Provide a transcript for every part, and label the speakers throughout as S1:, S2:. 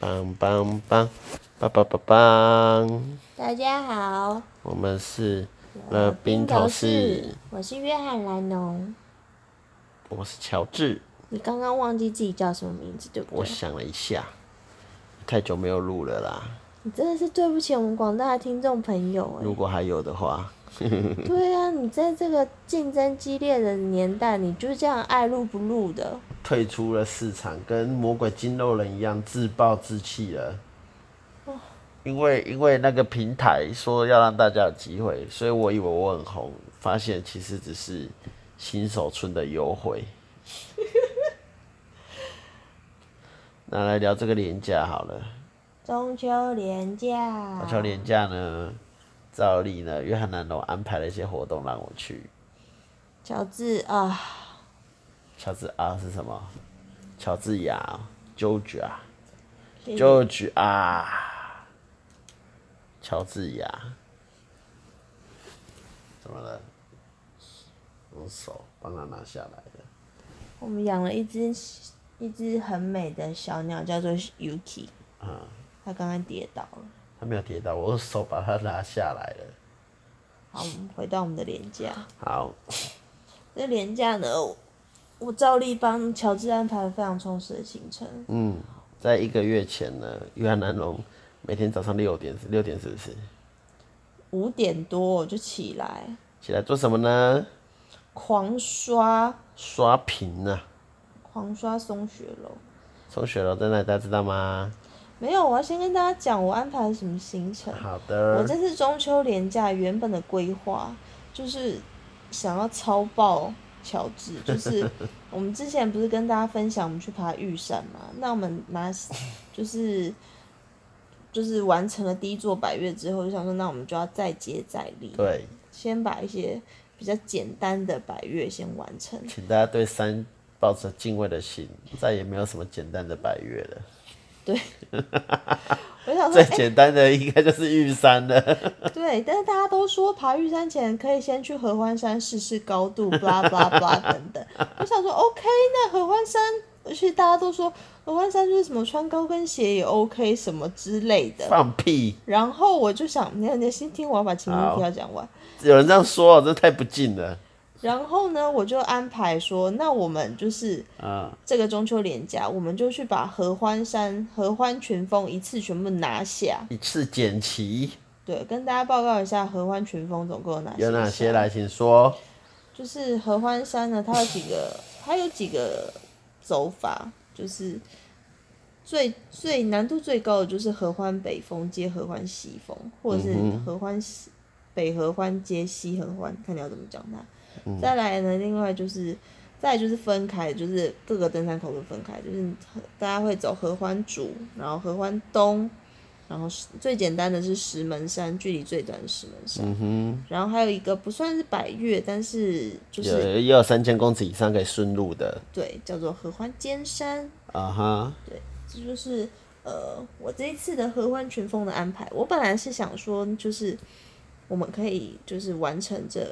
S1: 梆梆梆，梆梆梆梆，
S2: 大家好，
S1: 我们是了冰头士，，
S2: 我是约翰兰农。
S1: 我是乔治。
S2: 你刚刚忘记自己叫什么名字，对不
S1: 我
S2: 对？
S1: 想了一下，太久没有录了啦。
S2: 你真的是对不起我们广大的听众朋友
S1: 如
S2: 哎、
S1: 果还有的话，
S2: 对啊，你在这个竞争激烈的年代，你就这样爱录不录的，
S1: 退出了市场，跟魔鬼筋肉人一样自暴自弃了。因为因为那个平台说要让大家有机会，所以我以为我很红，发现其实只是新手村的优惠。那来聊这个廉价好了。啊
S2: 中秋连假
S1: 中，秋连假呢，照例呢，约翰南龙安排了一些活动让我去。
S2: 乔治啊，
S1: 乔治 R 是什么？乔治亚哦，Georgia。
S2: 谢谢
S1: George 啊，乔治亚，怎么了？用手帮他拿下来的。
S2: 我们养了一只一只很美的小鸟，叫做 Yuki，
S1: 嗯，
S2: 它刚刚跌倒了。
S1: 他没有跌倒，我用手把它拿下来了。
S2: 好，我们回到我们的廉价。
S1: 好，
S2: 这廉价呢，我我照例帮乔治安排了非常充实的行程。
S1: 嗯，在一个月前呢，约翰南龙每天早上六点，六点是不是？
S2: 五点多我就起来，
S1: 起来做什么呢？
S2: 狂刷
S1: 刷屏啊！
S2: 狂刷松雪楼。
S1: 从雪楼在哪里？大家知道吗？
S2: 没有，我要先跟大家讲我安排了什么行程。
S1: 好
S2: 我
S1: 的
S2: 这，次中秋连假原本的规划就是想要超爆乔治，就是我们之前不是跟大家分享我们去爬玉山嘛？那我们拿就是就是完成了第一座百越之后，就想说那我们就要再接再厉，
S1: 对，
S2: 先把一些比较简单的百越先完成。
S1: 请大家对山抱着敬畏的心，再也没有什么简单的百越了。
S2: 我想说，
S1: 最
S2: 哎、呃
S1: 简单的应该就是玉山了。
S2: 对，但是大家都说爬玉山前可以先去合欢山试试高度，blah blah blah 等等。我想说，OK，那合欢山，而且大家都说合欢山就是什么穿高跟鞋也 OK 什么之类的。
S1: 放屁！
S2: 然后我就想，你看你先听我要把前面一条讲完。
S1: 有人这样说，我真的太不敬了。
S2: 然后呢，我就安排说，那我们就是
S1: 嗯，
S2: 这个中秋连假，我们就去把合欢山、合欢群峰一次全部拿下。
S1: 一次剪辑
S2: 对，跟大家报告一下，合欢群峰总共有哪些？
S1: 有哪些来？请说。
S2: 就是合欢山呢，它有几个，它有几个走法，就是最最难度最高的就是合欢北峰接合欢西峰，或者是合欢西、北合欢接西合欢，看你要怎么讲它。再来呢，另外就是。再来就是分开，就是各个登山口都分开，就是大家会走合欢主，然后合欢东，然后是最简单的是石门山，距离最短的石门山。然后还有一个不算是百越，但是就是
S1: 有也有三千公尺以上可以顺路的。
S2: 对，叫做合欢尖山，
S1: 啊哈，
S2: 这就是呃我这一次的合欢群峰的安排。我本来是想说，就是我们可以就是完成这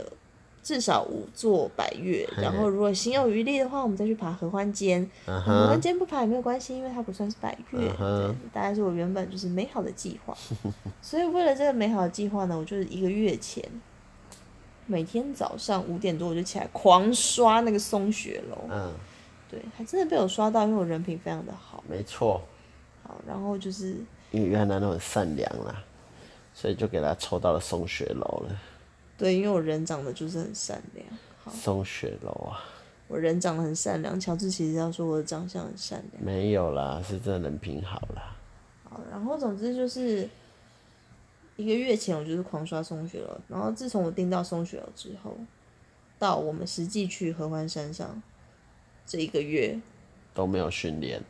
S2: 至少五座百越，然后如果心有余力的话，我们再去爬合欢尖。
S1: 啊
S2: 合欢
S1: 哈，
S2: 尖不爬也没有关系，因为它不算是百越。
S1: 嗯哼
S2: 对大概是我原本就是美好的计 划，所以为了这个美好的计划呢，我就是一个月前。每天早上五点多我就起来狂刷那个松雪楼，
S1: 嗯，
S2: 对，还真的被我刷到，因为我人品非常的好。
S1: 没错，
S2: 好，然后就是
S1: 因为约翰南都很善良啦，所以就给他抽到了松雪楼了。
S2: 对，因为我人长得就是很善良。好，
S1: 松雪楼啊，
S2: 我人长得很善良。乔治其实要说我的长相很善良。
S1: 没有啦，是真的人品好啦。
S2: 好，然后总之就是一个月前我就是狂刷松雪楼，然后自从我订到松雪楼之后，到我们实际去合欢山上这一个月，
S1: 都没有训练，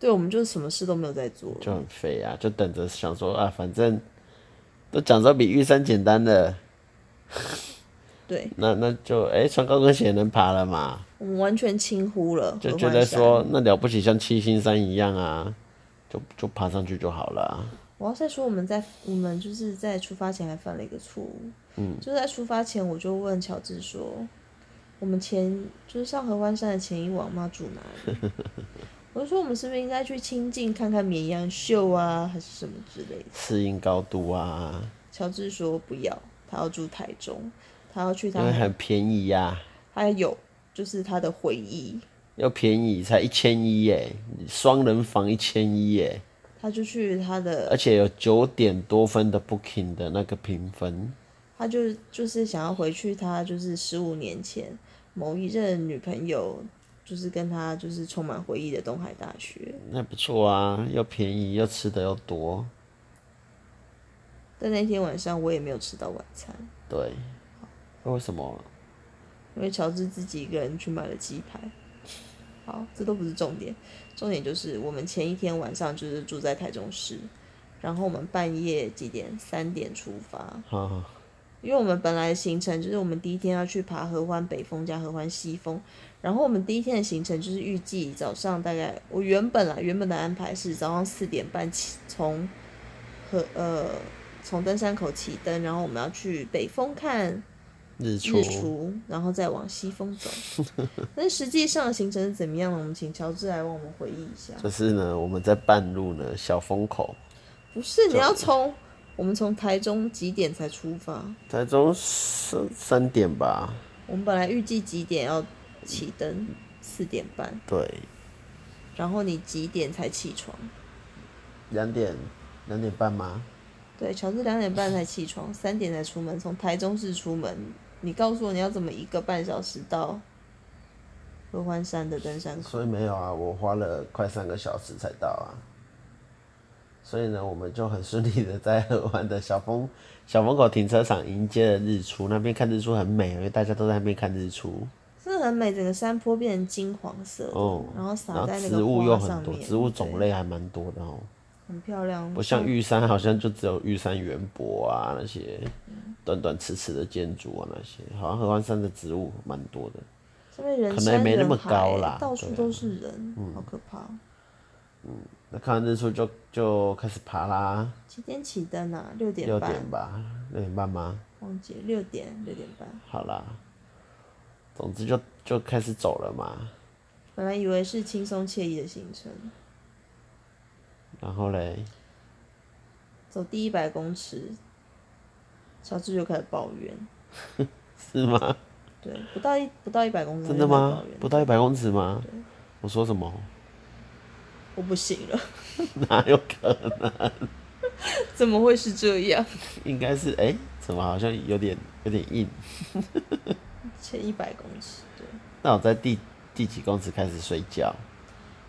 S2: 对我们就什么事都没有在做了。
S1: 就很废啊，就等着想说啊，反正都讲说比玉山简单的，
S2: 对
S1: 那那就哎、穿高跟鞋能爬了嘛，
S2: 我们完全轻忽了合
S1: 就
S2: 欢
S1: 觉
S2: 山。
S1: 得说那了不起，像七星山一样啊，就就爬上去就好了啊、
S2: 我要再说，我们在我们就是在出发前还犯了一个错误。嗯，就在出发前，我就问乔 治说：“我们前就是上合欢山的前一晚，我们要住哪里？”我就说我们是不是应该去清境看看绵羊秀啊，还是什么之类的？
S1: 适应高度啊，
S2: 乔治说不要，他要住台中，他要去
S1: 因为
S2: 他
S1: 很便宜呀、
S2: 他有就是他的回忆，
S1: 要便宜才一千一耶，双人房一千一耶，
S2: 他就去他的
S1: 而且有九点多分的 Booking 的那个评分，
S2: 他就就是想要回去，他就是十五年前某一任女朋友，就是跟他就是充满回忆的东海大学。
S1: 那不错啊，又便宜又吃的又多，
S2: 但那天晚上我也没有吃到晚餐，
S1: 对。为什么？
S2: 因为乔治自己一个人去买了鸡排。好，这都不是重点，重点就是我们前一天晚上就是住在台中市，然后我们半夜几点？三点出发，
S1: 哈、
S2: 因为我们本来的行程就是我们第一天要去爬合欢北峰加合欢西峰，然后我们第一天的行程就是预计早上大概我原本啊原本的安排是早上四点半起从和呃从登山口起登，然后我们要去北峰看
S1: 日出
S2: 日出，然后再往西峰走。但实际上的行程是怎么样呢？我们请乔治来帮我们回忆一下。
S1: 就是呢，我们在半路呢，小风口，
S2: 不是你要从我们从台中几点才出发？
S1: 台中三三点吧，
S2: 我们本来预计几点要起登？四点半。
S1: 对，
S2: 然后你几点才起床？
S1: 两点两点半吗？
S2: 对，乔治两点半才起床，三点才出门，从台中市出门。你告诉我你要怎么一个半小时到合欢山的登山口？
S1: 所以没有啊，我花了快三个小时才到啊。所以呢，我们就很顺利的在河湾的小风小风口停车场迎接了日出。那边看日出很美，因为大家都在那边看日出。
S2: 真的很美，整个山坡变成金黄色的，
S1: 哦、
S2: 然后
S1: 然
S2: 洒
S1: 后
S2: 在那
S1: 植
S2: 个
S1: 物又
S2: 花上
S1: 很多，
S2: 面，
S1: 植物种
S2: 对嗯
S1: 类还蛮多的哦、
S2: 很漂亮，
S1: 不像玉山，好像就只有玉山圆柏啊那些短短迟迟的建筑啊那些，好像合欢山的植物蛮多的。
S2: 上面人
S1: 可能
S2: 山
S1: 没那
S2: 人
S1: 么
S2: 海哎
S1: 高啦
S2: 到处
S1: 对啊
S2: 都是人，好可怕哦。
S1: 那看完日出就就开始爬啦，
S2: 几点起灯啊？六点
S1: 六
S2: 半，
S1: 点吧，六点半吗？
S2: 忘记了六点六点半。
S1: 好啦，总之就就开始走了嘛。
S2: 本来以为是轻松惬意的行程，
S1: 然后嘞，
S2: 走第一百公尺，乔治就开始抱怨。
S1: 是吗？
S2: 对，不到一不到一百公尺，
S1: 真的吗？不
S2: 不，
S1: 到一百公尺吗？我说什么？
S2: 我不行了，
S1: 哪有可能？
S2: 怎么会是这样？
S1: 应该是哎、怎么好像有点有点硬？
S2: 前一百公尺，对，
S1: 那我在第第几公尺开始睡觉？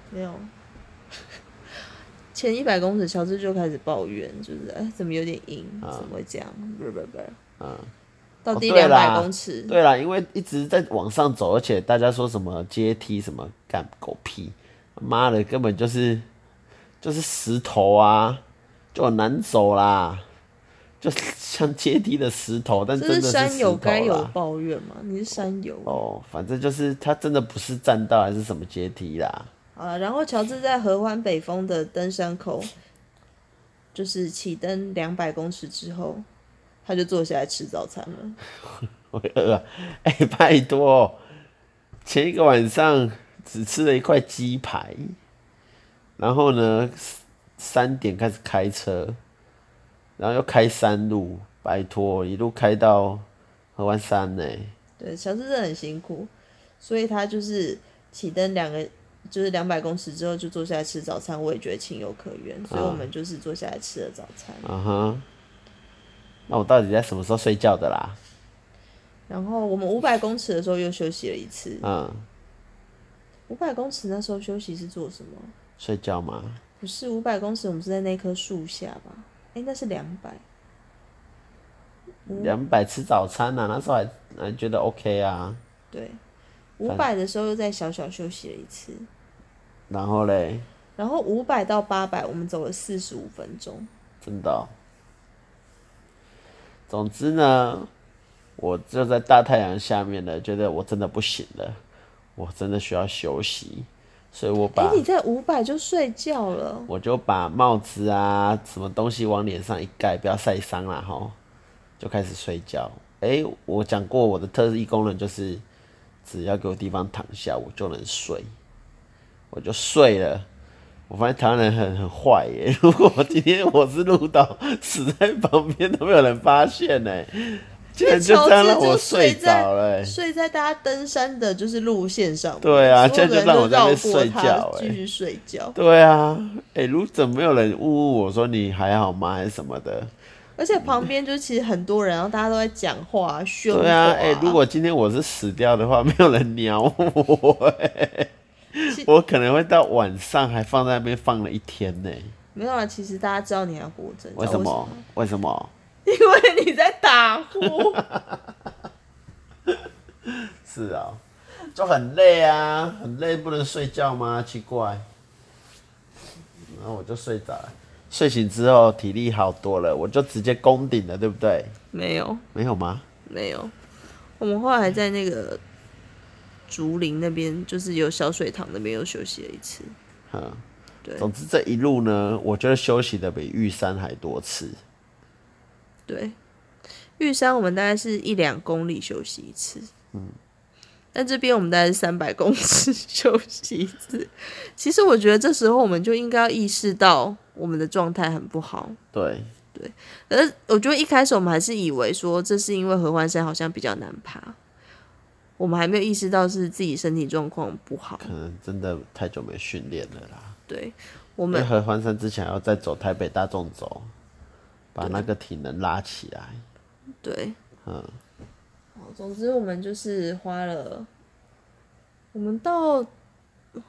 S2: 没有。 前一百公尺，乔治就开始抱怨，就是哎，怎么有点硬，怎么会这样？不不不，
S1: 嗯，
S2: 到第
S1: 啊哦对
S2: 两
S1: 啦
S2: 百公尺，
S1: 对啦，因为一直在往上走，而且大家说什么阶梯什么干狗屁，妈的，根本就是就是石头啊，就很难走啦，就像阶梯的石头，但真
S2: 这
S1: 的
S2: 是
S1: 是
S2: 山
S1: 石
S2: 友
S1: 头
S2: 该有
S1: 啦。
S2: 抱怨嘛？你是山友。
S1: 哦，反正就是它真的不是栈道还是什么阶梯啦，
S2: 好了，然后乔治在合欢北峰的登山口，就是起登两百公尺之后，他就坐下来吃早餐了。
S1: 我饿啊！哎、拜托，前一个晚上只吃了一块鸡排，然后呢，三点开始开车，然后又开山路，拜托，一路开到合欢山呢、
S2: 对，乔治真的很辛苦，所以他就是起登两个，就是两百公尺之后就坐下来吃早餐，我也觉得情有可原，所以我们就是坐下来吃了早餐。
S1: 嗯哼，那我到底在什么时候睡觉的啦？
S2: 然后我们五百公尺的时候又休息了一次。
S1: 嗯，
S2: 五百公尺那时候休息是做什么？
S1: 睡觉吗？
S2: 不是五百公尺，我们是在那棵树下吧？哎，那是两百。
S1: 两百吃早餐啊，那时候还还觉得 OK 啊，
S2: 对，五百的时候又在小小休息了一次。
S1: 然后嘞，
S2: 然后五百到八百，我们走了四十五分钟。
S1: 真的哦、总之呢，我就在大太阳下面呢，觉得我真的不行了，我真的需要休息，所以我
S2: 哎
S1: 把，
S2: 你在五百就睡觉了。
S1: 我就把帽子啊什么东西往脸上一盖，不要晒伤啦吼，就开始睡觉。哎、我讲过我的特异功能就是，只要给我地方躺下，我就能睡。我就睡了。我发现台湾人很很坏耶！ 如果我今天我是鹿岛，死在旁边都没有人发现呢，竟然就这样让我睡着了耶。
S2: 睡在大家登山的就是路线上嘛，
S1: 欸对啊
S2: 所有
S1: 这样就
S2: 人
S1: 让
S2: 都
S1: 我在那边
S2: 绕过
S1: 睡
S2: 他
S1: 觉哎
S2: 继续睡觉。
S1: 对啊，哎、如怎么没有人误我说你还好吗，还是什么的？
S2: 而且旁边就其实很多人，然后大家都在讲话、啊、凶
S1: 对
S2: 火
S1: 啊，
S2: 啊。
S1: 哎、如果今天我是死掉的话，没有人鸟我、哎
S2: 其
S1: 我可能会到晚上还放在那边放了一天呢、
S2: 没有啊，其实大家知道你还活着，你知道
S1: 为什么？为什么？
S2: 为什么？因为你在打呼。
S1: 是啊、就很累啊，很累，不能睡觉吗？奇怪。然后我就睡着了，睡醒之后体力好多了，我就直接攻顶了，对不对？
S2: 没有，
S1: 没有吗？
S2: 没有。我们后来还在那个竹林那边，就是有小水塘那边又休息了一次。
S1: 嗯，
S2: 对
S1: 总之这一路呢，我觉得休息的比玉山还多次。
S2: 对，玉山我们大概是一两公里休息一次，嗯，但这边我们大概是三百公尺 休息一次。其实我觉得这时候我们就应该要意识到我们的状态很不好。
S1: 对，
S2: 而我觉得一开始我们还是以为说这是因为合欢山好像比较难爬，我们还没有意识到是自己身体状况不好。
S1: 可能真的太久没训练了啦。
S2: 对我
S1: 因为
S2: 们
S1: 合欢山之前还要再走台北大众走，把那个体能拉起来。
S2: 对，
S1: 嗯，
S2: 好总之我们就是花了，我们到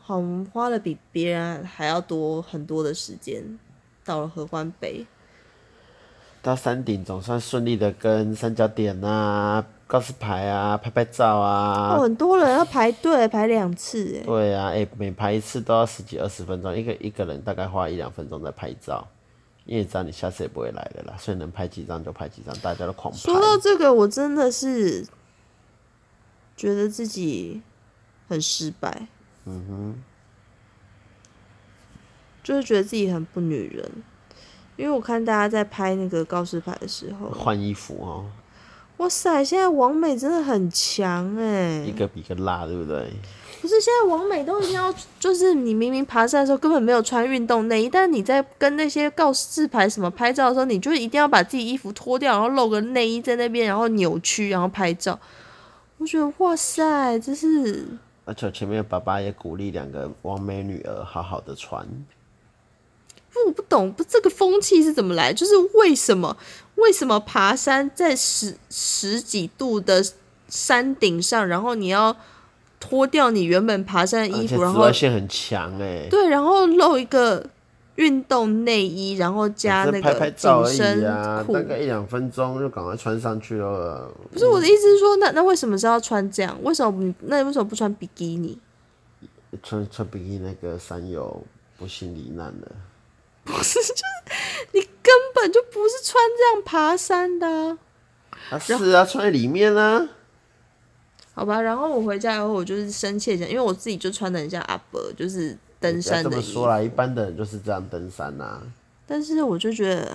S2: 好，我们花了比别人还要多很多的时间，到了合欢北。
S1: 到山顶总算顺利的跟三角点啊、告示牌啊拍拍照啊。
S2: 哦，很多人要排队排两次哎，
S1: 对啊，哎、每拍一次都要十几二十分钟，一个一个人大概花一两分钟在拍照，因为你知道你下次也不会来的啦，所以能拍几张就拍几张，大家都狂拍
S2: 说。到这个，我真的是觉得自己很失败。嗯哼，就是觉得自己很不女人，因为我看大家在拍那个告示牌的时候，
S1: 换衣服哦，
S2: 哇塞，现在王美真的很强哎、
S1: 一个比一个辣，对不对？
S2: 不是，现在王美都一定要，就是你明明爬山的时候根本没有穿运动内衣，但是你在跟那些告示牌什么拍照的时候，你就一定要把自己衣服脱掉，然后露个内衣在那边，然后扭曲，然后拍照。我觉得哇塞，这是
S1: 而且前面爸爸也鼓励两个完美女儿好好的穿，
S2: 不我不懂，不这个风气是怎么来？就是为什么为什么爬山在十十几度的山顶上，然后你要脱掉你原本爬山的
S1: 而
S2: 衣
S1: 且
S2: 服，
S1: 紫
S2: 然后
S1: 外线很强哎、
S2: 对，然后露一个运动内衣，然后加
S1: 只
S2: 那
S1: 是拍
S2: 个
S1: 拍
S2: 紧
S1: 照而已
S2: 身
S1: 啊，
S2: 裤。
S1: 大概一嗯两分钟就赶快穿上去了。
S2: 不是我的意思是说，那那为什么是要穿这样？为什么你那为什么不穿比基尼？
S1: 穿穿比基尼那个山友不幸罹难了，
S2: 根本就不是穿这样爬山的啊、
S1: 啊是啊，穿在里面啊。
S2: 好吧？然后我回家以后，我就是深切讲，因为我自己就穿的很像阿伯，就是登
S1: 不要
S2: 山
S1: 这
S2: 的
S1: 么
S2: 衣
S1: 说啊
S2: 服。
S1: 啦，一般的人就是这样登山呐、啊，
S2: 但是我就觉得，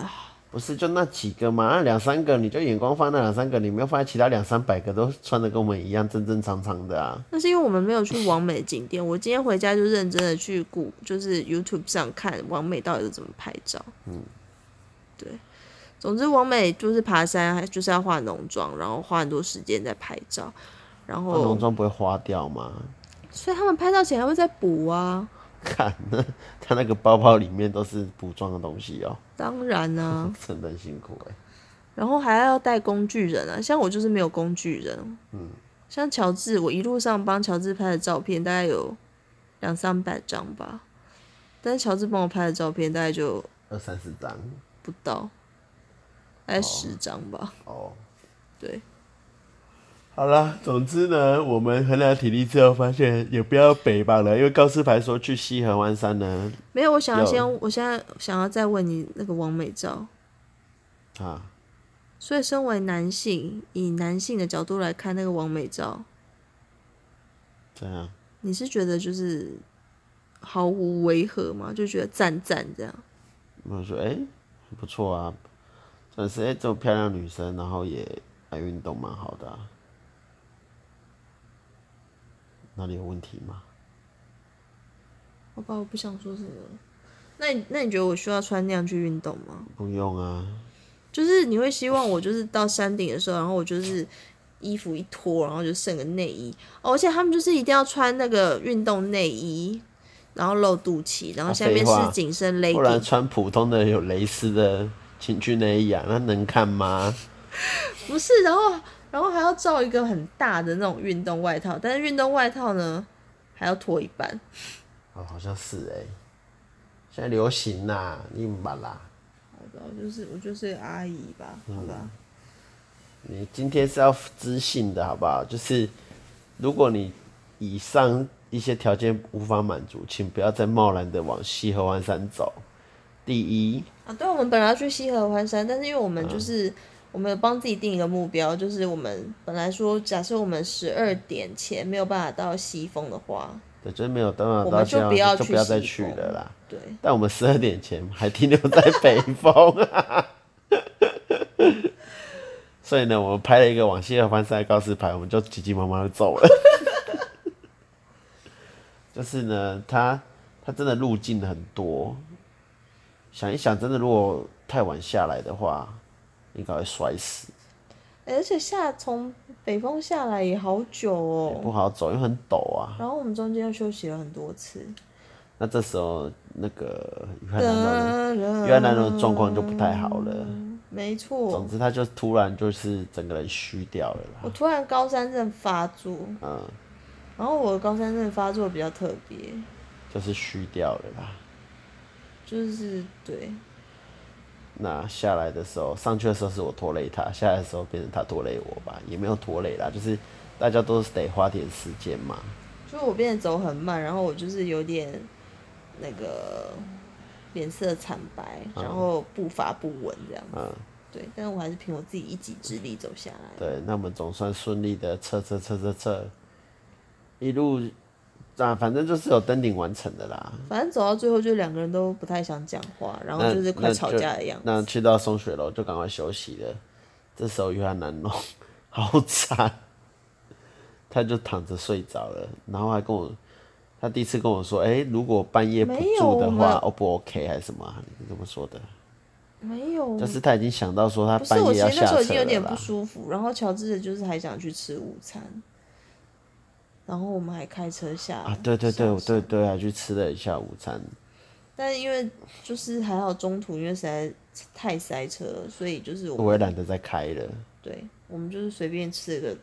S1: 不是就那几个嘛，那两三个你就眼光放那两三个，你没有放在其他两三百个都穿的跟我们一样正正常常的啊。
S2: 那是因为我们没有去完美景点。我今天回家就认真的去顾，就是 YouTube 上看完美到底是怎么拍照。嗯，对。总之，完美就是爬山，还就是要化浓妆，然后花很多时间在拍照，然
S1: 那浓
S2: 后
S1: 妆不会花掉吗？
S2: 所以他们拍照前还会再补啊。
S1: 看那他那个包包里面都是补妆的东西哦、
S2: 当然 啊，
S1: 真的很辛苦哎、
S2: 然后还要带工具人啊，像我就是没有工具人。嗯，像乔治，我一路上帮乔治拍的照片大概有两三百张吧，但是乔治帮我拍的照片大概就
S1: 二三十张
S2: 不到，大概十张吧。
S1: 哦。
S2: 对，
S1: 好啦，总之呢，我们衡量体力之后发现也不要北吧了，因为告示牌说去西河湾山呢，
S2: 没有，我想要
S1: 有
S2: 先，我现在想要再问你那个王美照。
S1: 啊，
S2: 所以，身为男性，以男性的角度来看那个王美照，
S1: 这样
S2: 你是觉得就是毫无违和吗？就觉得赞赞这样？
S1: 我说哎、诶很不错啊，真的是哎、诶这么漂亮的女生，然后也爱运动，蛮好的、啊。哪里有问题吗？
S2: 好吧，我不想说什么了。那你那你觉得我需要穿那样去运动吗？
S1: 不用啊，
S2: 就是你会希望我就是到山顶的时候，然后我就是衣服一脱，然后就剩个内衣、哦而且他们就是一定要穿那个运动内衣，然后露肚脐，然后
S1: 啊
S2: 下面
S1: 废话
S2: 是紧身
S1: 不然
S2: legging，
S1: 穿普通的有蕾丝的情趣内衣啊，那能看吗？
S2: 不是，然后然后还要罩一个很大的那种运动外套，但是运动外套呢还要脱一半，
S1: 哦，好像是哎、现在流行啦、你唔捌啦？
S2: 好吧，我就是我就是个阿姨吧，
S1: 嗯
S2: 好吧，
S1: 你今天是要知性的好不好？就是如果你以上一些条件无法满足，请不要再贸然的往西河湾山走。第一，
S2: 啊，对，我们本来要去西河欢山，但是因为我们就是、我们有帮自己定一个目标，就是我们本来说，假设我们十二点前没有办法到西峰的话，
S1: 对，就是没有办法
S2: 我
S1: 到
S2: 们
S1: 这
S2: 就
S1: 样，
S2: 不要
S1: 就
S2: 去
S1: 不要再
S2: 西
S1: 去
S2: 峰
S1: 了啦。
S2: 对，
S1: 但我们十二点前 还停留在北峰、啊，所以呢，我们拍了一个往西二环山的告示牌，我们就急急忙忙的走了。 就是呢，它它真的路径很多，想一想，真的如果太晚下来的话，应该会摔死，
S2: 诶而且下从北峰下来也好久
S1: 也
S2: 哦，
S1: 不好走，因为很陡啊。
S2: 然后我们中间又休息了很多次，
S1: 那这时候那个约
S2: 哒
S1: 翰南路，约翰南路的状况就不太好了。
S2: 没错
S1: 总，之，他就突然就是整个人虚掉了啦。
S2: 我突然高山症发作，
S1: 嗯，
S2: 然后我的高山症发作比较特别，
S1: 就是虚掉了啦。
S2: 就是对，
S1: 那下来的时候，上去的时候是我拖累他，下来的时候变成他拖累我吧，也没有拖累啦，就是大家都是得花点时间嘛。
S2: 就是我变得走很慢，然后我就是有点那个脸色惨白，然后步伐不稳这样子。
S1: 嗯
S2: 对，但是我还是凭我自己一己之力走下来。
S1: 对，那我们总算顺利的测测测测测，一路啊，反正就是有登顶完成的啦。
S2: 反正走到最后，就两个人都不太想讲话，然后
S1: 那
S2: 就是快吵架的样
S1: 那就。那
S2: 子。
S1: 去到松雪楼就赶快休息了。这时候约翰南龙好惨，他就躺着睡着了，然后还跟我，他第一次跟我说，哎、如果半夜不
S2: 没有
S1: 住的
S2: 我们
S1: 话，O 不 OK 还是什么啊、你怎么说的？
S2: 没有，
S1: 就是他已经想到说他
S2: 不是
S1: 半
S2: 我
S1: 夜
S2: 其
S1: 要
S2: 实那
S1: 下
S2: 时候已
S1: 车
S2: 经有
S1: 了
S2: 点不
S1: 啦。
S2: 舒服，然后乔治就是还想去吃午餐，然后我们还开车下
S1: 啊，对对对
S2: 上
S1: 我对对，还去吃了一下午餐。
S2: 但因为就是还好中途因为实在太塞车了，所以就是我
S1: 我也懒得再开了，
S2: 对我们就是随便吃了个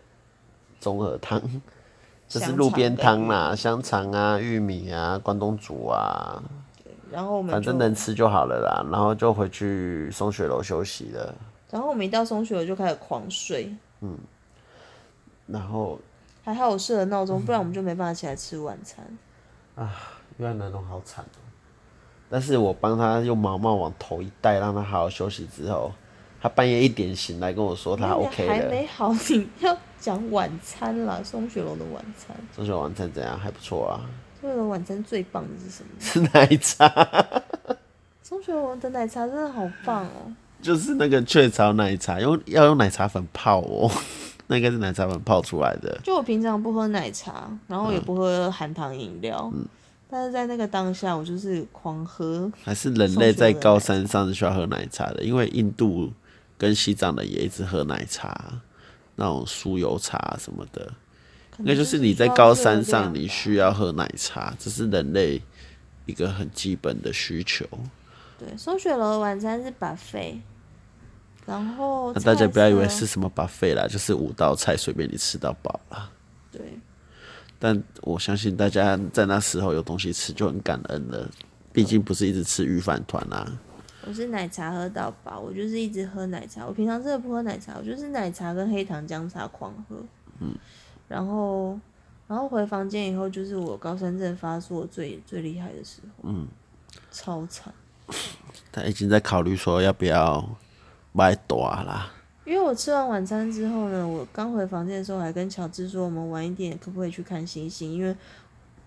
S1: 综合汤， 就是
S2: 香
S1: 路
S2: 肠
S1: 边
S2: 跟
S1: 汤啦，香肠啊、玉米啊、关东煮啊，
S2: 然后我们
S1: 反
S2: 就
S1: 正能吃就好了啦，然后就回去松雪楼休息了。
S2: 然后我们一到松雪我就开始狂睡，
S1: 然后
S2: 还好我设了闹钟，不然我们就没办法起来吃晚餐。
S1: 嗯越南龙好惨哦、但是我帮他用毛毛往头一戴，让他好好休息之后，他半夜一点醒来跟我说他
S2: 因为
S1: OK
S2: 还
S1: 了，
S2: 没好， 你要讲晚餐啦，松雪楼的晚餐，
S1: 中秋晚餐怎样还不错啊，
S2: 松雪楼晚餐最棒的是什么？
S1: 是奶茶，
S2: 松雪楼的奶茶真的好棒哦、
S1: 就是那个雀巢奶茶，用要用奶茶粉泡哦、 那个是奶茶粉泡出来的。
S2: 就我平常不喝奶茶，然后也
S1: 嗯
S2: 不喝含糖饮料，但是在那个当下，我就是狂喝。
S1: 还是人类在高山上是需要喝奶茶的，因为印度跟西藏人也一直喝奶茶，那种酥油茶什么的。应该就是你在高山上，你需要喝奶茶，这是人类一个很基本的需求。
S2: 对，松雪楼的晚餐是 buffet，然后
S1: 那大家
S2: 菜
S1: 不要以
S2: 色
S1: 为是啊什么 buffet 啦，就是五道菜随便你吃到饱啦。
S2: 对，
S1: 但我相信大家在那时候有东西吃就很感恩了，毕竟不是一直吃鱼饭团啊啦。
S2: 我是奶茶喝到饱，我就是一直喝奶茶，我平常真的不喝奶茶，我就是奶茶跟黑糖姜茶狂喝，嗯，然后然后回房间以后，就是我高山症发作最最厉害的时候，嗯，超惨，
S1: 他已经在考虑说要不要买朵啦。
S2: 因为我吃完晚餐之后呢，我刚回房间的时候还跟乔治说，我们晚一点可不可以去看星星？因为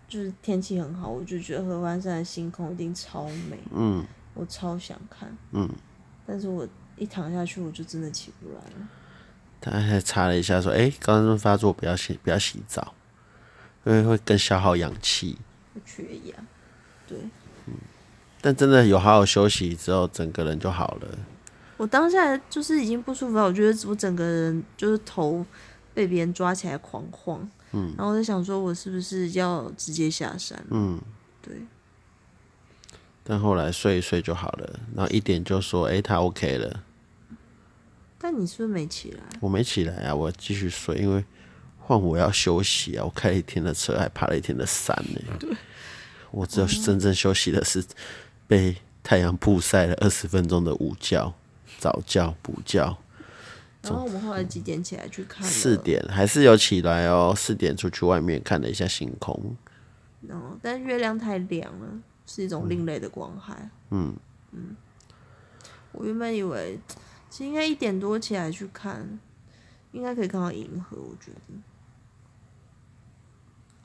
S2: 就是天气很好，我就觉得合欢山的星空一定超美，嗯，我超想看，嗯，但是我一躺下去我就真的起不来了。
S1: 他还查了一下，说：“哎、高山症发作不要洗，不要洗澡，因为会更消耗氧气。
S2: 我缺氧，对
S1: 但真的有好好休息之后，整个人就好了。
S2: 我当下就是已经不舒服了，我觉得我整个人就是头被别人抓起来狂晃，嗯，然后我在想说，我是不是要直接下山？嗯，对，
S1: 但后来睡一睡就好了，然后一点就说：“诶，他 OK 了。
S2: 但你是不是没起来？”
S1: 我没起来啊，我继续睡，因为换我要休息啊。我开了一天的车，还爬了一天的山呢、我只有真正休息的是被太阳曝晒了二十分钟的午觉、早觉、补觉。
S2: 然后我们后来几点起来去看？
S1: 四。点还是有起来哦，四点出去外面看了一下星空。
S2: 然后，但月亮太亮了，是一种另类的光害。嗯嗯，我原本以为其实应该一点多起来去看，应该可以看到银河，我觉得。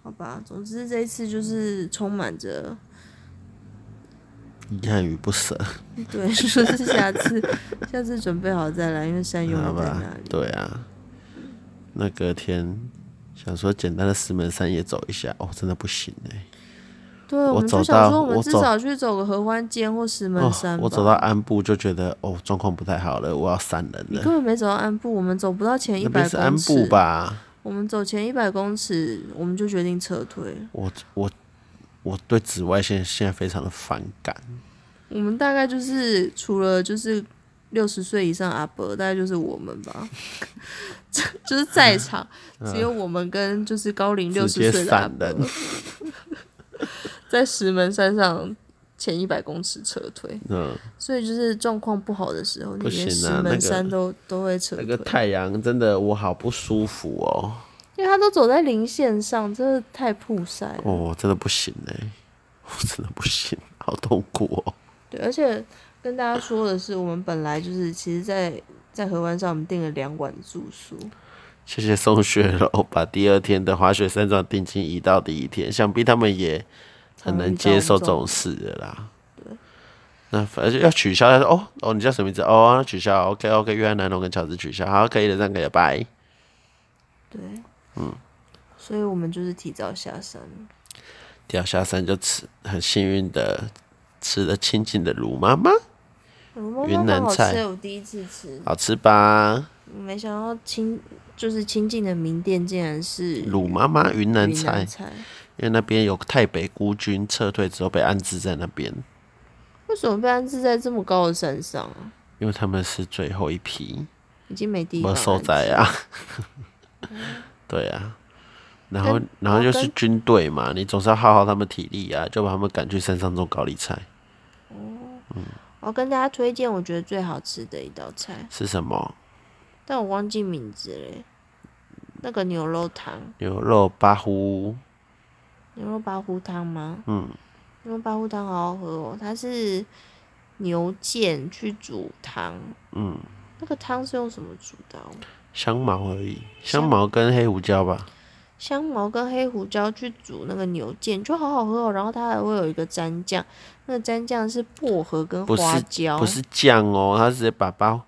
S2: 好吧，总之这一次就是充满着
S1: 遗憾与
S2: 哎
S1: 不舍，
S2: 对，就是下次 下次准备好再来，因为山永
S1: 好
S2: 远在
S1: 吧
S2: 那？里。
S1: 对啊，那隔天想说简单的石门山也走一下，哦，真的不行哎、
S2: 对，
S1: 我
S2: 我们就
S1: 走
S2: 想
S1: 到
S2: 说，我们
S1: 我
S2: 至
S1: 走
S2: 少去走个合欢涧或石门山
S1: 哦，
S2: 吧。
S1: 我走到安部就觉得哦，状况不太好了，我要闪人
S2: 你
S1: 了。
S2: 根本没走到安部，我们走不到前一
S1: 那
S2: 百
S1: 边
S2: 公
S1: 是
S2: 尺。
S1: 安部吧？
S2: 我们走前一百公尺，我们就决定撤退。
S1: 我我我对紫外线现在非常的反感，
S2: 我们大概就是除了就是六十岁以上阿伯，大概就是我们吧， 就是 在场只有我们跟就是高龄六
S1: 直接
S2: 十岁的阿
S1: 闪
S2: 伯
S1: 人。
S2: 在石门山上前一百公尺撤退，
S1: 嗯，
S2: 所以就是状况不好的时候，你
S1: 不行
S2: 连
S1: 啊
S2: 石
S1: 那个
S2: 门山都、都会撤
S1: 那
S2: 退，
S1: 个太阳真的我好不舒服哦，
S2: 因为他都走在零线上，真的太曝晒了。
S1: 哦，真的不行哎、我真的不行，好痛苦哦。
S2: 对，而且跟大家说的是，我们本来就是其实在，在河湾上我们订了两晚住宿，
S1: 谢谢宋雪楼把第二天的滑雪山庄定金移到第一天，想必他们也很能接受这种事的啦。那反正要取消，他说哦哦，你叫什么名字？哦，那取消，OK OK，约翰南龙跟乔治取消，好，可以的，这样可以了，拜。
S2: 对，嗯，所以我们就是提早下山了。
S1: 掉下山就吃，很幸运的吃了清静的卤妈妈，
S2: 我妈
S1: 云
S2: 妈
S1: 南
S2: 很好
S1: 菜
S2: 吃，我第一次吃，
S1: 好吃吧？
S2: 没想到亲就是亲近的名店竟然是
S1: 卤妈妈云南
S2: 云
S1: 菜
S2: 南，菜，
S1: 因为那边有太北孤军撤退之后被安置在那边，
S2: 为什么被安置在这么高的山上啊？
S1: 因为他们是最后一批。
S2: 已经没地方
S1: 没
S2: 安置
S1: 受灾啊， 对啊，然后
S2: 跟
S1: 然后
S2: 哦
S1: 就是
S2: 跟
S1: 军队嘛，你总是要耗耗他们体力啊，就把他们赶去山上种高丽菜
S2: 我要跟大家推荐，我觉得最好吃的一道菜，
S1: 是什么？
S2: 但我忘记名字嘞。那个牛肉汤，
S1: 牛肉巴糊，
S2: 牛肉八糊汤吗？嗯，牛肉八糊汤好好喝哦，它是牛腱去煮汤。嗯，那个汤是用什么煮的啊、
S1: 香茅而已，香茅跟黑胡椒吧，
S2: 香茅跟黑胡椒去煮那个牛腱，就好好喝哦。然后它还会有一个蘸酱，那个蘸酱是薄荷跟
S1: 不是
S2: 花椒，
S1: 不是酱哦，他直接把巴，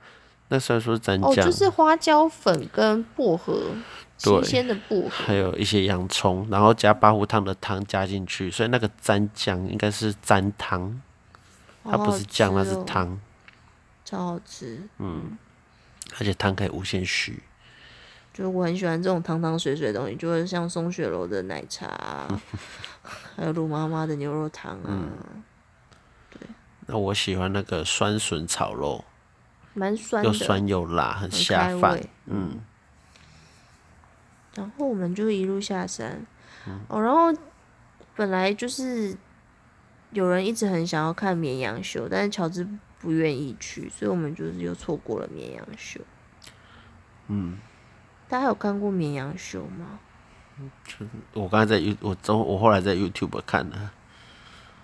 S1: 那虽然说是蘸
S2: 哦，
S1: 酱，
S2: 就是花椒粉跟薄荷，
S1: 对
S2: 新鲜的薄荷。
S1: 还有一些洋葱，然后加八糊汤的汤加进去，所以那个蘸酱应该是蘸汤，它
S2: 好好
S1: 不是酱，
S2: 吃
S1: 那是
S2: 哦，
S1: 汤，
S2: 超好吃。
S1: 而且汤可以无限续。
S2: 就我很喜欢这种汤汤水水的东西，就会像松雪楼的奶茶、 啊，还有鲁妈妈的牛肉汤啊，
S1: 嗯那我喜欢那个酸笋炒肉。
S2: 蛮酸的，
S1: 又酸又辣，很
S2: 很
S1: 下
S2: 开
S1: 饭
S2: 胃。嗯。然后我们就一路下山，
S1: 嗯
S2: 哦，然后本来就是有人一直很想要看绵羊秀，但是乔治不愿意去，所以我们就是又错过了绵羊秀。嗯，
S1: 嗯
S2: 大家有看过绵羊秀吗？
S1: 我刚才在 You，我中我后来在 YouTube 看的，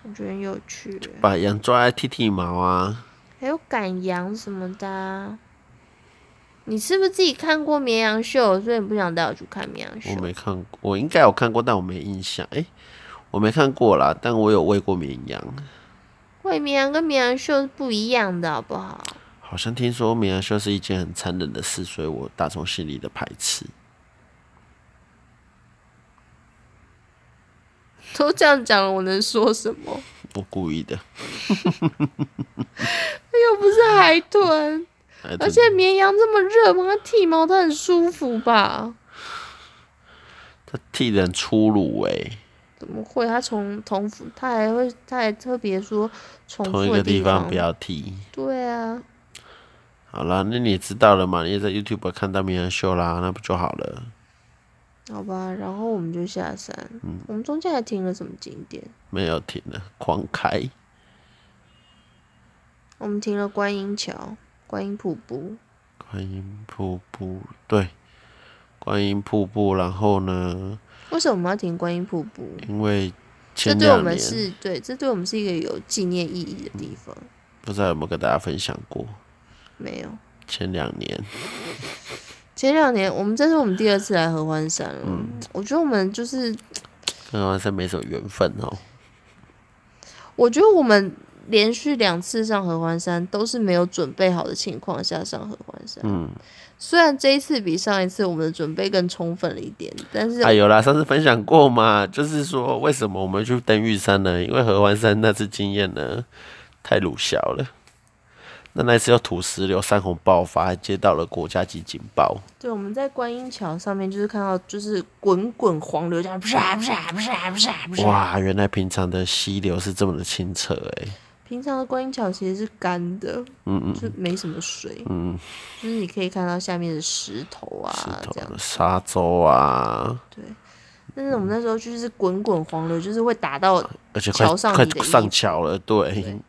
S2: 我觉得很有趣欸耶，
S1: 把羊抓来剃剃毛啊，
S2: 还有赶羊什么的啊、你是不是自己看过绵羊秀，所以你不想带我去看绵羊秀
S1: 我？没看过，我应该有看过，但我没印象。诶，我没看过啦，但我有喂过绵羊，
S2: 喂绵羊跟绵羊秀是不一样的，好 不好？
S1: 好像听说绵羊秀是一件很残忍的事，所以我打从心里的排斥。
S2: 都这样讲了，我能说什么？
S1: 不故意的，
S2: 又不是海豚，
S1: 哎
S2: 而且绵羊这么热嘛，它剃毛它很舒服吧？
S1: 他替人出乳哎、
S2: 怎么会？它从同父，它还会，它还特别说重
S1: 同一
S2: 复
S1: 个
S2: 的
S1: 地
S2: 方
S1: 方不。要剃。
S2: 对啊，
S1: 好啦，那你也知道了嘛？你也在 YouTube 看到名人秀啦，那不就好了？
S2: 好吧，然后我们就下山。
S1: 嗯
S2: 我们中间还停了什么景点？
S1: 没有停了，狂开。
S2: 我们停了观音桥、观音瀑布。
S1: 观音瀑布，对，观音瀑布。然后呢，
S2: 为什么我们要停观音瀑布？
S1: 因为
S2: 这
S1: 前
S2: 对我
S1: 两
S2: 们
S1: 年
S2: 是对，这对我们是一个有纪念意义的地方。
S1: 不知道有没有跟大家分享过，
S2: 没有，
S1: 前两年
S2: 前两年我们这是我们第二次来合欢山了。
S1: 嗯
S2: 我觉得我们就是，
S1: 跟好像没什么缘分哦。
S2: 我觉得我们连续两次上合欢山都是没有准备好的情况下上合欢山。嗯，虽然这一次比上一次我们的准备更充分了一点，但是
S1: 啊，有啦，上次分享过嘛，就是说为什么我们去登玉山呢？因为合欢山那次经验呢太鲁小了，那那一次又土石流、山洪爆发，还接到了国家级警报。
S2: 对，我们在观音桥上面就是看到就是滚滚黄流这样，啪啪啪啪啪。
S1: 哇，原来平常的溪流是这么的清澈哎、
S2: 平常的观音桥其实是干的，嗯嗯，就没什么水，
S1: 嗯，
S2: 就是你可以看到下面的石头啊，
S1: 石头
S2: 这样
S1: 的沙洲啊，
S2: 对。但是我们那时候就是滚滚黄流，就是会打到，
S1: 而且快
S2: 桥上
S1: 快
S2: 你的衣服
S1: 上桥了，对，
S2: 对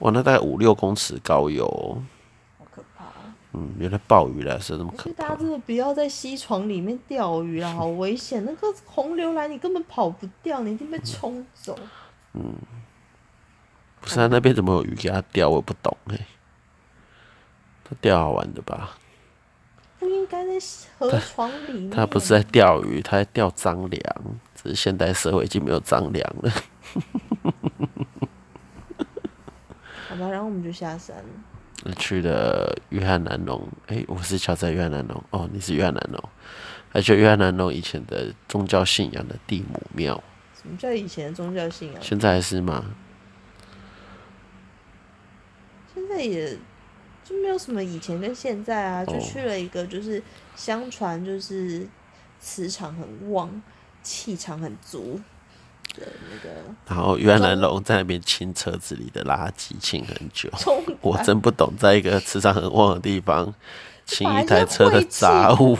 S1: 哇，那大概五六公尺高有哦，
S2: 好可怕、
S1: 嗯，原来暴雨了，是这么可
S2: 所以大
S1: 怕
S2: 家。真的不要在溪床里面钓鱼啊啦，好危险！那个洪流来，你根本跑不掉，你一定被冲 走。
S1: 不是啊，那边怎么有鱼给它钓？我也不懂哎、它钓好玩的吧？
S2: 不应该在河床里面。
S1: 它不是在钓鱼，它在钓张良，只是现代社会已经没有张良了。
S2: 好吧，然后我们就下山了。
S1: 去了约翰南农，哎、我是乔在约翰南农，哦，你是约翰南农，还去约翰南农以前的宗教信仰的地母庙，
S2: 什么叫以前的宗教信仰？
S1: 现在还是吗？
S2: 现在也就没有什么以前跟现在啊，就
S1: 哦
S2: 去了一个就是相传就是磁场很旺，气场很足 的那个
S1: 然后约翰南农在那边清车子里的垃圾，清很久。
S2: 中
S1: 我真不懂，在一个磁场很旺的地方，清一台车的杂 物，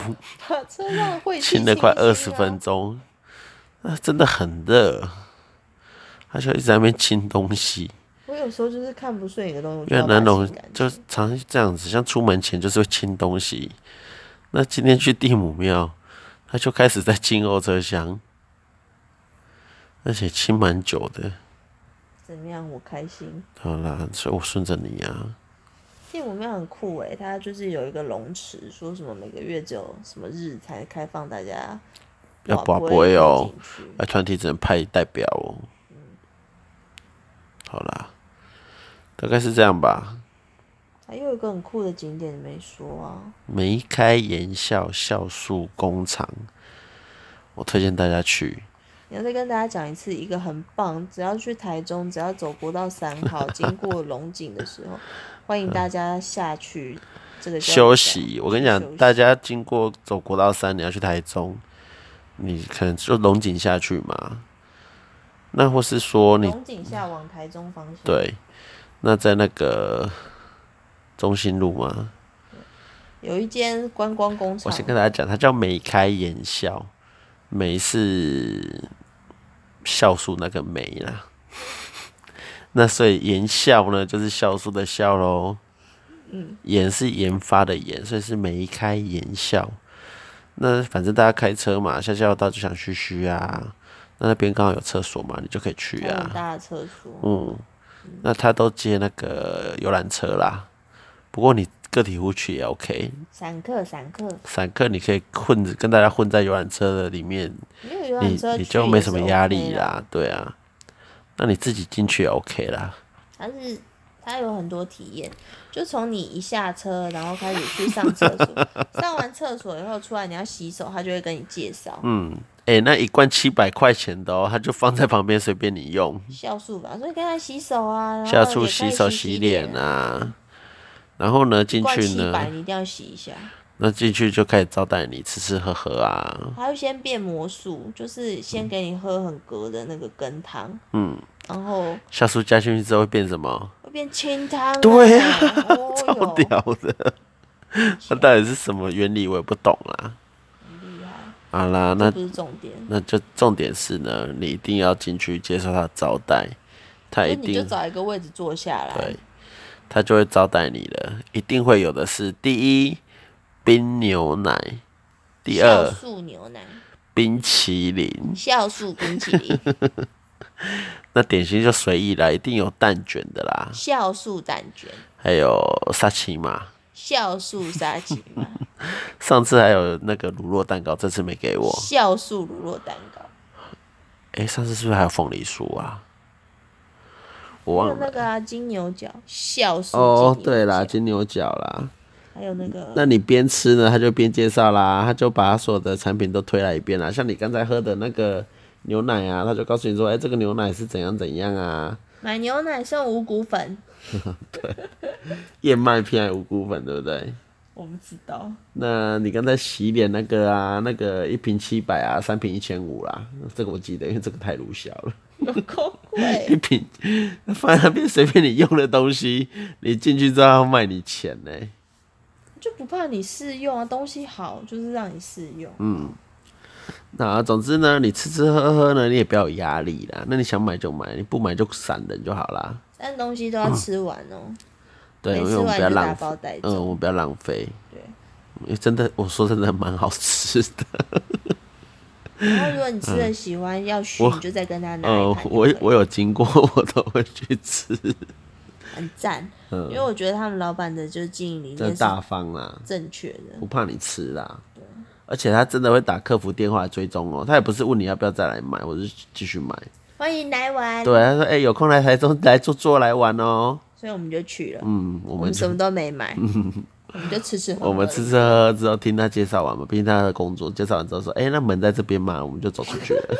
S2: 把车上的晦 气
S1: 清了快
S2: 一清啊
S1: 二十分，钟，那真的很热。他就一直在那边清东西，
S2: 我有时候就是看不顺眼的东西，我
S1: 因
S2: 就
S1: 为
S2: 要把它
S1: 南农
S2: 清干净
S1: 就常这样子，像出门前就是会清东西。那今天去地母庙，他就开始在清后车厢，而且清蛮久的。
S2: 怎么样？我开心。
S1: 好啦，所以我顺着你啊。
S2: 地母庙很酷诶、它就是有一个龙池，说什么每个月只有什么日才开放大家
S1: 要
S2: 跋
S1: 跋
S2: 杯
S1: 杯哦
S2: 进去
S1: 哎，团体只能派代表哦。好啦，大概是这样吧。
S2: 还有一个很酷的景点你没说啊，
S1: 眉开眼笑酵素工厂，我推荐大家去。
S2: 你要再跟大家讲一次，一个很棒，只要去台中，只要走国道三 号，经过龙井的时候，欢迎大家下去。这个叫
S1: 休息，我跟你
S2: 休
S1: 讲，
S2: 息
S1: 大家经过走国道三，你要去台中，你可能就龙井下去嘛。那或是说你
S2: 龙井下往台中方向，，
S1: 对，那在那个中心路吗？
S2: 有一间观光工
S1: 我
S2: 厂，
S1: 先跟大家讲，它叫眉开眼笑，眉是酵素那个眉啦。那所以研笑呢，就是酵素的笑喽。嗯，研是研发的研，所以是眉开眼笑。那反正大家开车嘛，下交流道就想嘘嘘啊。那那边刚好有厕所嘛，你就可以去
S2: 它有
S1: 啊
S2: 很。大的厕所，
S1: 嗯，那他都接那个游览车啦。不过你个体户去也 OK，
S2: 散客散客，
S1: 散客你可以混着跟大家混在游览车的里面，
S2: 没有游览
S1: 你
S2: 车
S1: 你
S2: 去
S1: 就
S2: 也
S1: 没
S2: 是
S1: 什么压
S2: OK
S1: 力
S2: 啦。
S1: 啦，对啊。那你自己进去也 OK 啦，
S2: 它是它有很多体验，就从你一下车，然 后开始去上厕所，上完厕所以后出来你要洗手，他就会跟你介绍。嗯，
S1: 哎、那一罐七百块钱的哦，它就放在旁边随便你用，
S2: 酵素吧，所以跟他洗手啊，然后
S1: 下厨
S2: 也可以
S1: 洗手
S2: 洗
S1: 洗脸，啊。然后呢，进
S2: 罐
S1: 去
S2: 七
S1: 呢
S2: 百，你一定要洗一下。
S1: 那进去就开始招待你吃吃喝喝啊。
S2: 他会先变魔术，就是先给你喝很隔的那个羹汤，
S1: 嗯，
S2: 然后
S1: 下厨加进去之后会变什么？
S2: 会变清汤啊、
S1: 对啊
S2: 哦
S1: 超
S2: 哟
S1: 屌 的，它到底是什么原理我也不懂啦。
S2: 厉害，
S1: 好啦，那
S2: 这不是重点，
S1: 那就重点是呢，你一定要进去接受他的招待，他
S2: 所
S1: 一
S2: 以你就
S1: 定
S2: 找一个位置坐下来，
S1: 对，他就会招待你的，一定会有的是第一冰牛奶，第
S2: 酵
S1: 二
S2: 素牛奶、
S1: 冰淇淋，
S2: 酵素冰淇 淋、
S1: 那点心就随意啦，一定有蛋卷的啦，
S2: 酵素蛋卷、
S1: 还有沙琪玛。
S2: 酵素沙琪玛、
S1: 上次还有那个乳酪蛋糕，这次没给我。
S2: 酵素乳酪蛋糕，
S1: 哎、上次是不是还有凤梨酥啊？我忘
S2: 还有
S1: 了。
S2: 那个啊金牛角、酵素
S1: 哦，
S2: 金牛
S1: 对啦，
S2: 角，
S1: 金牛角啦。
S2: 还有那个
S1: 那你边吃呢，他就边介绍啦，他就把他所有的产品都推来一遍啦。像你刚才喝的那个牛奶啊，他就告诉你说，哎、这个牛奶是怎样怎样啊，
S2: 买牛奶送五谷粉，
S1: 燕麦片还是五谷粉，对不对？
S2: 我不知道。
S1: 那你刚才洗脸那个啊，那个一瓶七百啊，三瓶一千五啦，这个我记得，因为这个太鲁小了。
S2: 有够
S1: 一
S2: 贵，
S1: 瓶放在那边随便你用的东西，你进去之后他要卖你钱呢、
S2: 就不怕你试用啊，东西好就是让你试用。
S1: 嗯那总之呢，你吃吃喝喝呢，你也不要有压力啦。那你想买就买，你不买就闪人就好啦。
S2: 但东西都要吃完哦，
S1: 对，
S2: 没
S1: 因
S2: 吃
S1: 为我们
S2: 完
S1: 不要
S2: 就打
S1: 浪费
S2: 包带，走
S1: 嗯，我们不要浪费。
S2: 对
S1: 因为真的，我说真的蛮好吃的。
S2: 然后如果你吃的喜欢要续，
S1: 嗯我
S2: 你就再跟他拿一
S1: 嗯，
S2: 盘就
S1: 我
S2: 可以了。
S1: 我有经过， 我都会去吃，
S2: 很赞，因为我觉得他们老板的就是经营理
S1: 真
S2: 念
S1: 的
S2: 是
S1: 嗯大方啦，
S2: 正确的。
S1: 不怕你吃啦。而且他真的会打客服电话来追踪哦、他也不是问你要不要再来买，我就继续买。
S2: 欢迎来玩，
S1: 对，他说：“哎、有空来台中来坐坐来玩哦。
S2: 所以我们就去了，”
S1: 嗯，我
S2: 我
S1: 们
S2: 们
S1: 就嗯
S2: 什么都没买，我们就吃吃喝喝。
S1: 我们吃吃喝喝之后听他介绍完嘛，毕竟他的工作介绍完之后说：“哎、那门在这边嘛，我们就走出去了。”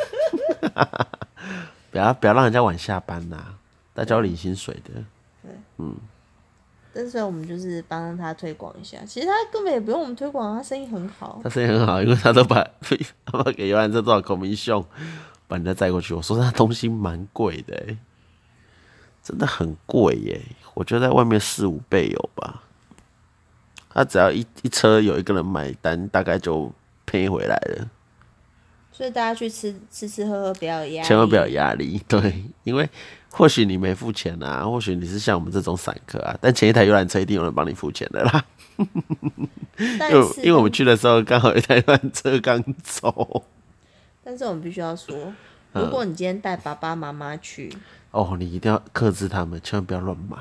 S1: 不要不要让人家晚下班呐、大家要领薪水的。
S2: 但是我们就是帮他推广一下，其实他根本也不用我们推广，他生意很好。
S1: 他生意很好，因为他都把 他把给游览车多少孔明秀，把人家载过去。我说那东西蛮贵的、欸，真的很贵耶、我觉得在外面四五倍有吧。他只要一一车有一个人买单，大概就赔回来了。
S2: 所以大家去吃吃吃喝喝，不要有压力，
S1: 千万不要有压力，对，因为或许你没付钱 啊，或许你是像我们这种散客啊，但前一台游览车一定有人帮你付钱的啦。
S2: 但
S1: 因为
S2: 是
S1: 因为我们去的时候刚好有一台游览车刚走。
S2: 但是我们必须要说，
S1: 嗯
S2: 如果你今天带爸爸妈妈去，
S1: 哦，你一定要克制他们，千万不要乱买。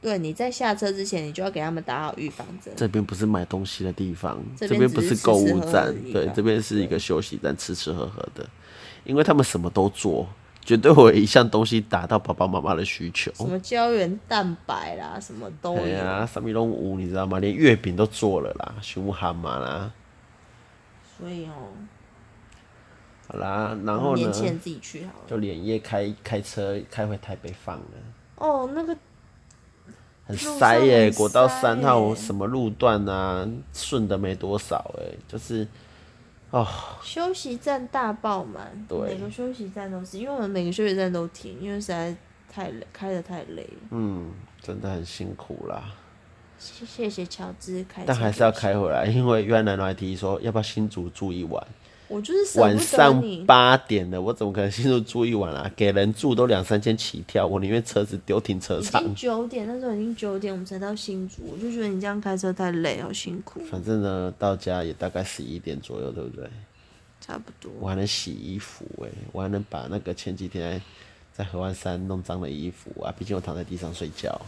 S2: 对，你在下车之前，你就要给他们打好预防针。
S1: 这边不是买东西的地方，这
S2: 这
S1: 边
S2: 边
S1: 不
S2: 只
S1: 是
S2: 是
S1: 购物
S2: 吃吃喝喝啊
S1: 站
S2: 的，地
S1: 对，
S2: 方
S1: 这边是一个休息站，吃吃喝喝的。因为他们什么都做，绝对会有一项东西达到爸爸妈妈的需求。
S2: 什么胶原蛋白啦，什么都
S1: 哎
S2: 有。
S1: 呀，三米龙五，你知道吗？连月饼都做了啦，熊蛤蟆啦，
S2: 所以哦，
S1: 好啦，然
S2: 我
S1: 后
S2: 们年
S1: 呢，
S2: 轻人自己去好了。
S1: 就连夜开开车开回台北放了，
S2: 哦，那个
S1: 很
S2: 路
S1: 塞
S2: 上
S1: 耶、
S2: 很
S1: 国道
S2: 塞
S1: 三号
S2: 耶
S1: 什么路段啊，顺的没多少哎、就是
S2: 休息站大爆满，
S1: 对
S2: 每个休息站都是，因为我们每个休息站都停，因为实在太累，开的太累了。
S1: 嗯，真的很辛苦啦。
S2: 谢谢谢乔治开车，
S1: 但还是要。开回来，因为原来来提说要不要新竹住一晚，
S2: 我就是舍
S1: 晚
S2: 不得
S1: 上
S2: 你，
S1: 八点了，我怎么可能新竹住一晚啊？给人住都两三千起跳，我宁愿车子丢停车
S2: 已
S1: 场。
S2: 经九点，那时候已经九点，我们才到新竹，我就觉得你这样开车太累，好辛苦，
S1: 反正呢，到家也大概十一点左右，对不对？
S2: 差不多。
S1: 我还能洗衣服哎、我还能把那个前几天在河湾山弄脏的衣服啊，毕竟我躺在地上睡觉，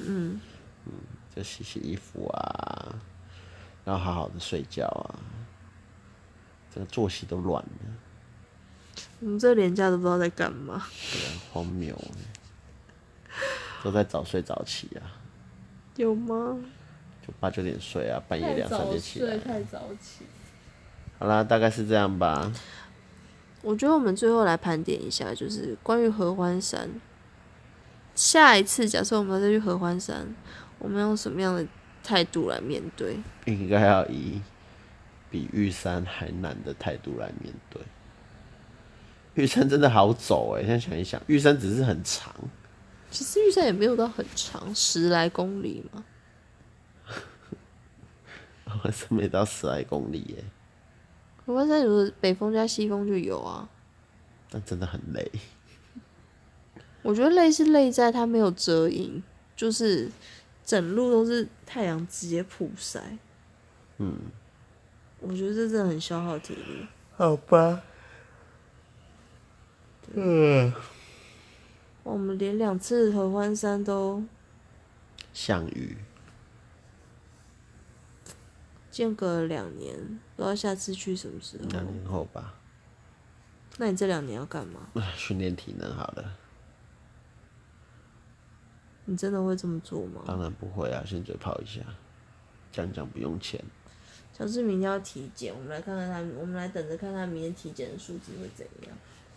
S1: 嗯就洗洗衣服啊，然后好好的睡觉啊，这个作息都乱了。
S2: 我们这廉价都不知道在干嘛。
S1: 荒谬欸，都在早睡早起啊，
S2: 有吗？
S1: 就八九点睡啊，半夜两三点起来。
S2: 太早起。
S1: 好啦，大概是这样吧。
S2: 我觉得我们最后来盘点一下，就是关于合欢山。下一次假设我们再去合欢山，我们用什么样的态度来面对？
S1: 应该要以比玉山还难的态度来面对。玉山真的好走哎、现在想一想，玉山只是很长，
S2: 其实玉山也没有到很长，十来公里嘛。
S1: 好像没到十来公里耶、欸
S2: 合欢山如果北风加西风就有啊。
S1: 但真的很累。
S2: 我觉得累是累在它没有遮阴，就是整路都是太阳直接曝晒。嗯，我觉得这真的很消耗体力。
S1: 好吧，
S2: 哇我们连两次合欢山都
S1: 项羽
S2: 间隔了两年，不知道下次去什么时候
S1: 两。年后吧，
S2: 那你这两年要干嘛？
S1: 唉训练体能好了。
S2: 你真的会这么做吗？
S1: 当然不会啊，先嘴炮一下，讲讲不用钱。
S2: 乔治明天要体检，我们来看看他，我们来等着看他明天体检的数字会怎样。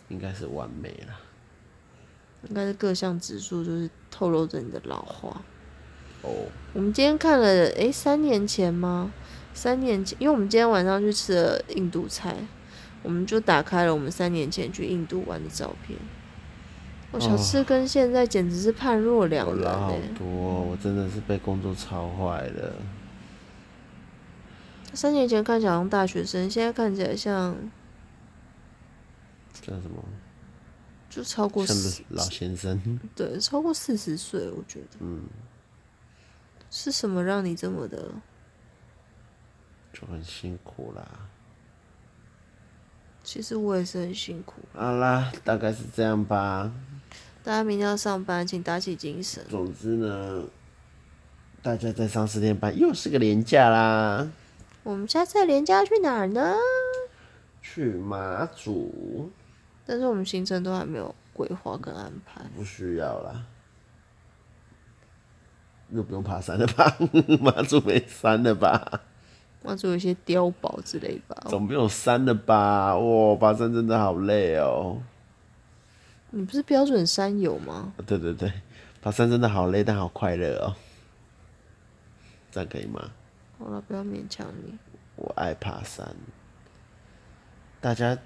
S1: 应该是完美了。
S2: 应该是各项指数就是透露着你的老化。
S1: 哦，
S2: 我们今天看了，诶，三年前吗？三年前，因为我们今天晚上去吃了印度菜，我们就打开了我们三年前去印度玩的照片。我小吃跟现在简直是判若两
S1: 我
S2: 人
S1: 老
S2: 哎、
S1: 好多哦，我真的是被工作超坏了。
S2: 三年前看起来好像大学生，现在看起来像
S1: 叫什么？
S2: 就超过
S1: 像
S2: 四，
S1: 老先生，
S2: 对，超过四十岁，我觉得。嗯。是什么让你这么的？
S1: 就很辛苦啦。
S2: 其实我也是很辛苦。
S1: 好啦，大概是这样吧。
S2: 大家明天要上班，请打起精神。
S1: 总之呢，大家在上四天班又是个廉假啦，
S2: 我们下次连假去哪儿呢？
S1: 去马祖
S2: 但是我们行程都还没有规划跟安排。
S1: 不需要啦。又不用爬山了吧？ 马祖没山了吧？
S2: 那就有一些碉堡之类吧。
S1: 总不有山了吧？哇，爬山真的好累哦。
S2: 你不是标准山友吗？
S1: 对对对，爬山真的好累，但好快乐哦。这样可以吗？
S2: 好了，不要勉强你。
S1: 我爱爬山。大家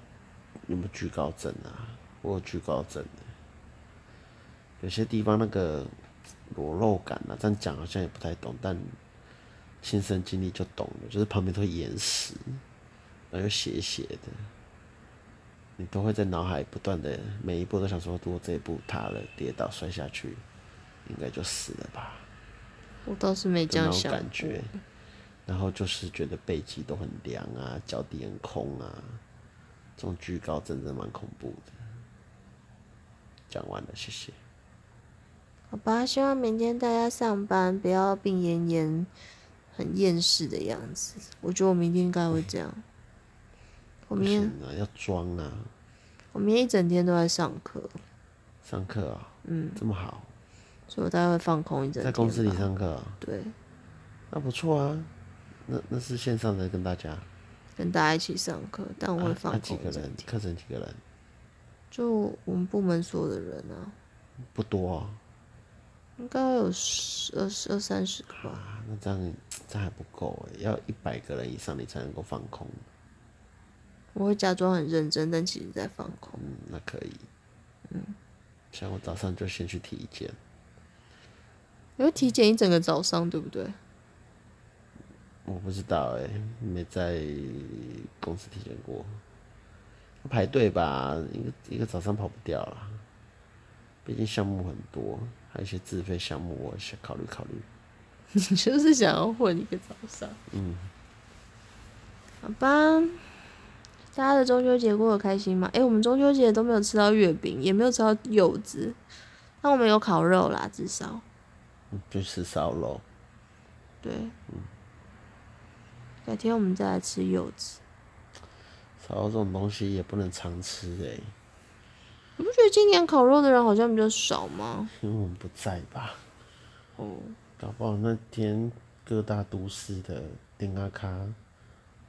S1: 有没有惧高症啊？我有惧高症的。有些地方那个裸露感啊，这样讲好像也不太懂，但亲身经历就懂了。就是旁边都岩石，然后又斜斜的，你都会在脑海不断的每一步都想说，如果这一步塌了，跌倒摔下去，应该就死了吧。
S2: 我倒是没这
S1: 的那
S2: 样
S1: 种
S2: 想过
S1: 感觉。
S2: 嗯
S1: 然后就是觉得背脊都很凉啊，脚底很空啊，这种居高真的蛮恐怖的。讲完了，谢谢。
S2: 好吧，希望明天大家上班不要病恹恹、很厌世的样子。我觉得我明天应该会这样。我
S1: 不
S2: 明
S1: 行
S2: 天
S1: 啊，要装啊，
S2: 我明天一整天都在上课，
S1: 上课啊、嗯，这么好，
S2: 所以我大概会放空一整天吧。
S1: 在公司里上课啊、
S2: 对，
S1: 那不错啊。那那是线上的，跟大家，
S2: 跟大家一起上课，但我会
S1: 啊
S2: 放
S1: 啊
S2: 空
S1: 几
S2: 一
S1: 个
S2: 整天。
S1: 人，课程几个人，
S2: 就我们部门所有的人啊，
S1: 不多、哦、
S2: 应该有十二十二三十个吧。
S1: 啊。那这样这还不够欸，要一百个人以上你才能够放空。
S2: 我会假装很认真，但其实在放空。
S1: 嗯，那可以。嗯，像我早上就先去体检，
S2: 因为体检一整个早上，对不对？
S1: 我不知道哎、没在公司体检过。要排队吧，一个一个早上跑不掉啦。毕竟项目很多，还有一些自费项目，我想考虑考虑。
S2: 你就是想要混一个早上。嗯。好吧，大家的中秋节过得开心吗？诶，我们中秋节都没有吃到月饼，也没有吃到柚子，但我们有烤肉啦，至少。
S1: 嗯就吃烧肉，
S2: 对。
S1: 嗯
S2: 改天我们再来吃柚子。
S1: 烧肉这种东西也不能常吃哎、
S2: 你不觉得今年烤肉的人好像比较少吗？
S1: 因为我们不在吧？
S2: 哦，
S1: 搞不好那天各大都市的丁阿卡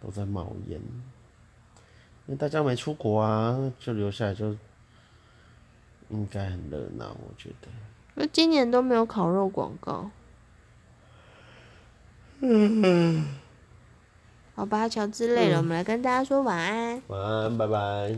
S1: 都在冒烟，因为大家没出国啊，就留下来就应该很热闹，我觉得。
S2: 那今年都没有烤肉广告。嗯，好吧，乔治累了，我们来跟大家说晚安。
S1: 晚安，拜拜。